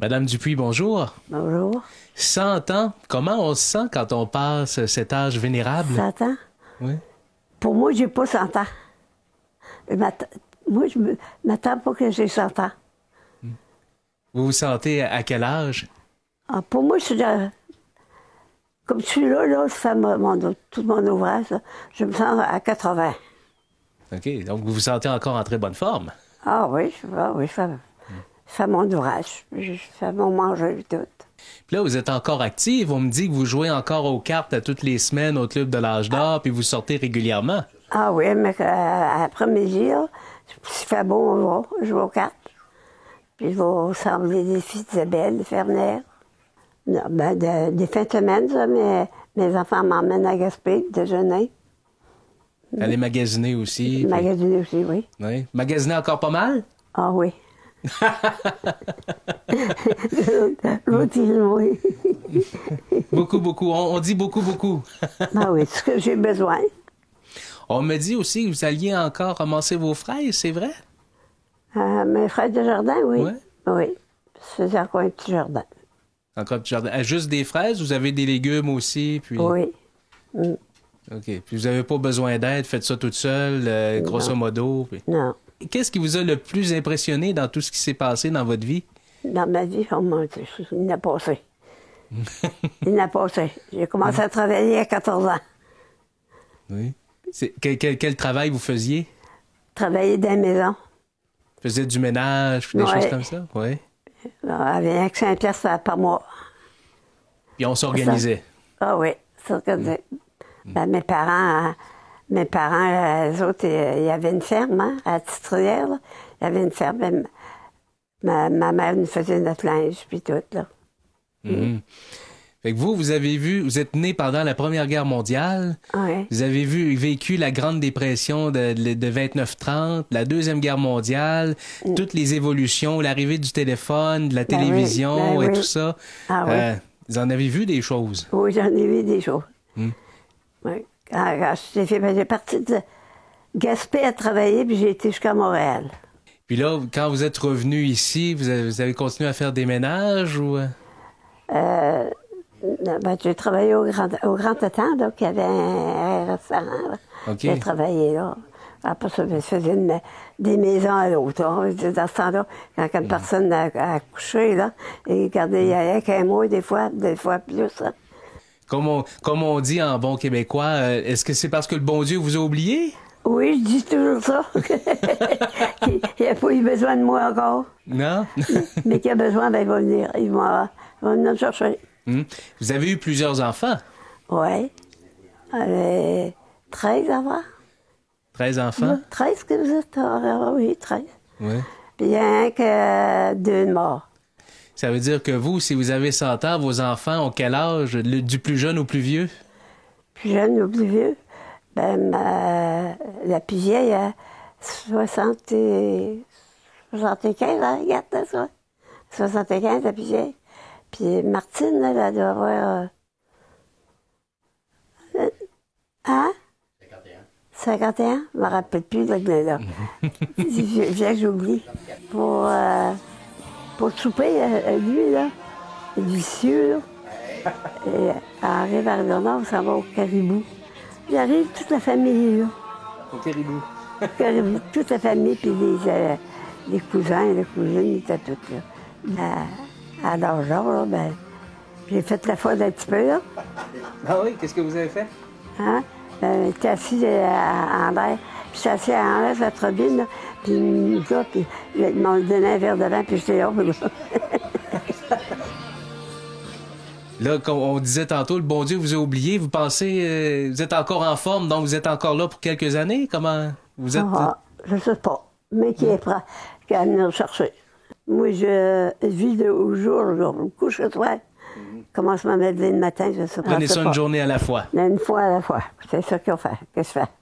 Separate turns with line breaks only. Madame Dupuis, bonjour.
Bonjour.
100 ans, comment on se sent quand on passe cet âge vénérable?
100 ans?
Oui.
Pour moi, j'ai pas 100 ans. Je m'att- moi, je me- m'attends pas que j'ai 100 ans.
Vous vous sentez à quel âge?
Ah, pour moi, c'est de- comme celui-là, là, je fais mon- mon- tout mon ouvrage, là, je me sens à 80.
OK, donc vous vous sentez encore en très bonne forme.
Ah oui, je, ah oui, je fais, je fais mon ouvrage, je fais mon manger et tout.
Puis là, vous êtes encore active. On me dit que vous jouez encore aux cartes à toutes les semaines au Club de l'âge d'or, puis vous sortez régulièrement.
Ah oui, mais euh, que- à- après-midi, là, si fait bon, on va jouer aux cartes. Puis je vais rassembler des filles d'Isabelle, des Ferner. Non, ben, de- des fins de semaine, ça, mes, mes enfants m'emmènent à Gaspé, déjeuner.
Allez magasiner aussi. puis-
Magasiner aussi, oui.
Oui. Magasiner encore pas mal?
Ah oui. L'autre, l'autre, il oui.
Beaucoup, beaucoup. On, on dit beaucoup, beaucoup.
Ah oui, ce que j'ai besoin.
On me dit aussi que vous alliez encore ramasser vos fraises, c'est vrai?
Euh, mes frères de jardin, oui.
Ouais.
Oui. Je faisais encore un petit jardin.
Encore un petit jardin. Ah, Juste des fraises, vous avez des légumes aussi, puis...
Oui.
OK. Puis vous n'avez pas besoin d'aide, faites ça toute seule, euh, grosso modo. puis-
Non.
Qu'est-ce qui vous a le plus impressionné dans tout ce qui s'est passé dans votre vie?
Dans ma vie, oh mon Dieu, il n'a pas passé. il n'a pas passé. J'ai commencé à travailler à 14 ans.
Oui. Quel, quel- quel travail vous faisiez?
Travailler dans la maison.
Vous faisiez du ménage, puis des
Ouais.
choses comme ça? Oui.
Alors, Avec 5 piastres par- par mois.
Puis on s'organisait.
Ah oui, c'est ce que c'est. Ben, mes parents, euh, mes parents, euh, eux autres, euh, il y avait une ferme, hein, à Titrière, là. Il y avait une ferme. ben, ma, ma mère nous faisait notre linge, puis tout, là.
Mhm. Fait que vous, vous avez vu, vous êtes né pendant la Première Guerre mondiale.
Ah Oui.
Vous avez vu, vécu la Grande Dépression de, de, de 29-30, la Deuxième Guerre mondiale, toutes les évolutions, l'arrivée du téléphone, de la
Mm. Ben oui,
télévision
ben
et
oui.
tout ça. Euh,
Ah oui.
vous en avez vu des choses.
Oui, Oh, j'en ai vu des choses. Oui. Quand, quand j'ai fait, ben, j'ai parti de Gaspé à travailler, puis j'ai été jusqu'à Montréal.
Puis là, quand vous êtes revenu ici, vous avez, vous avez continué à faire des ménages ou... euh?
Ben, j'ai travaillé au Grand, au grand Teton, là, qui avait un, un restaurant. là.
OK.
J'ai travaillé là. Après ça, je faisais une- des maisons à l'autre. hein, là. Dans ce temps-là, quand une personne a, a couché, là, et regardez, il y avait qu'un mois, des fois, des fois plus. hein. là.
Comme on, comme on dit en bon québécois, euh, est-ce que c'est parce que le bon Dieu vous a oublié?
Oui, je dis toujours ça. il n'y a pas eu besoin de moi encore.
Non?
Mais qu'il y a besoin, ben, il va venir. Il va, il va venir me chercher.
Hmm. Vous avez eu plusieurs enfants,
Oui. J'avais 13 avant.
13 enfants.
13 que vous êtes. Ah, ah, oui, 13.
Ouais.
Puis il y a un que deux de mort.
Ça veut dire que vous, si vous avez 100 ans, vos enfants ont quel âge? Le- du plus jeune au plus vieux?
Plus jeune ou plus vieux. Ben, ma- la plus vieille a 60 et- 75 ans, regarde là, ça. 75, la plus vieille. Puis Martine, elle, elle doit avoir. euh, euh, Hein? 51, je me rappelle plus de là. là. Je- je- J'oublie. Pour, euh, pour souper, euh, lui, là, vicieux, là. Et elle arrive à Redondon, on s'en va au Caribou. J'arrive, toute la famille est là. Au Caribou. toute la famille, puis les, euh, les cousins et les cousines, ils étaient tous là. Ben, À, à leur genre, là, ben, j'ai fait la faute un petit peu, là.
Ah oui, qu'est-ce que vous avez fait?
Hein? Ben, j'étais assis euh, à- en l'air. Puis j'étais assis en l'air sur la tribune, là. Puis le gars, puis il m'a donné un verre de vin, puis j'étais là.
Là, comme on disait tantôt, le bon Dieu vous a oublié. Vous pensez, euh, vous êtes encore en forme, donc vous êtes encore là pour quelques années? Comment vous êtes?
Ah, je sais pas. Mais qui est prêt à venir me chercher. Moi, je vis de- au jour, je me couche le soir. Comment je me mets le matin, je sais pas.
Mhm. Prenez
ah, je sais
ça
pas.
une journée à la fois.
Mais Une fois à la fois. C'est ça qu'on fait, que je fais.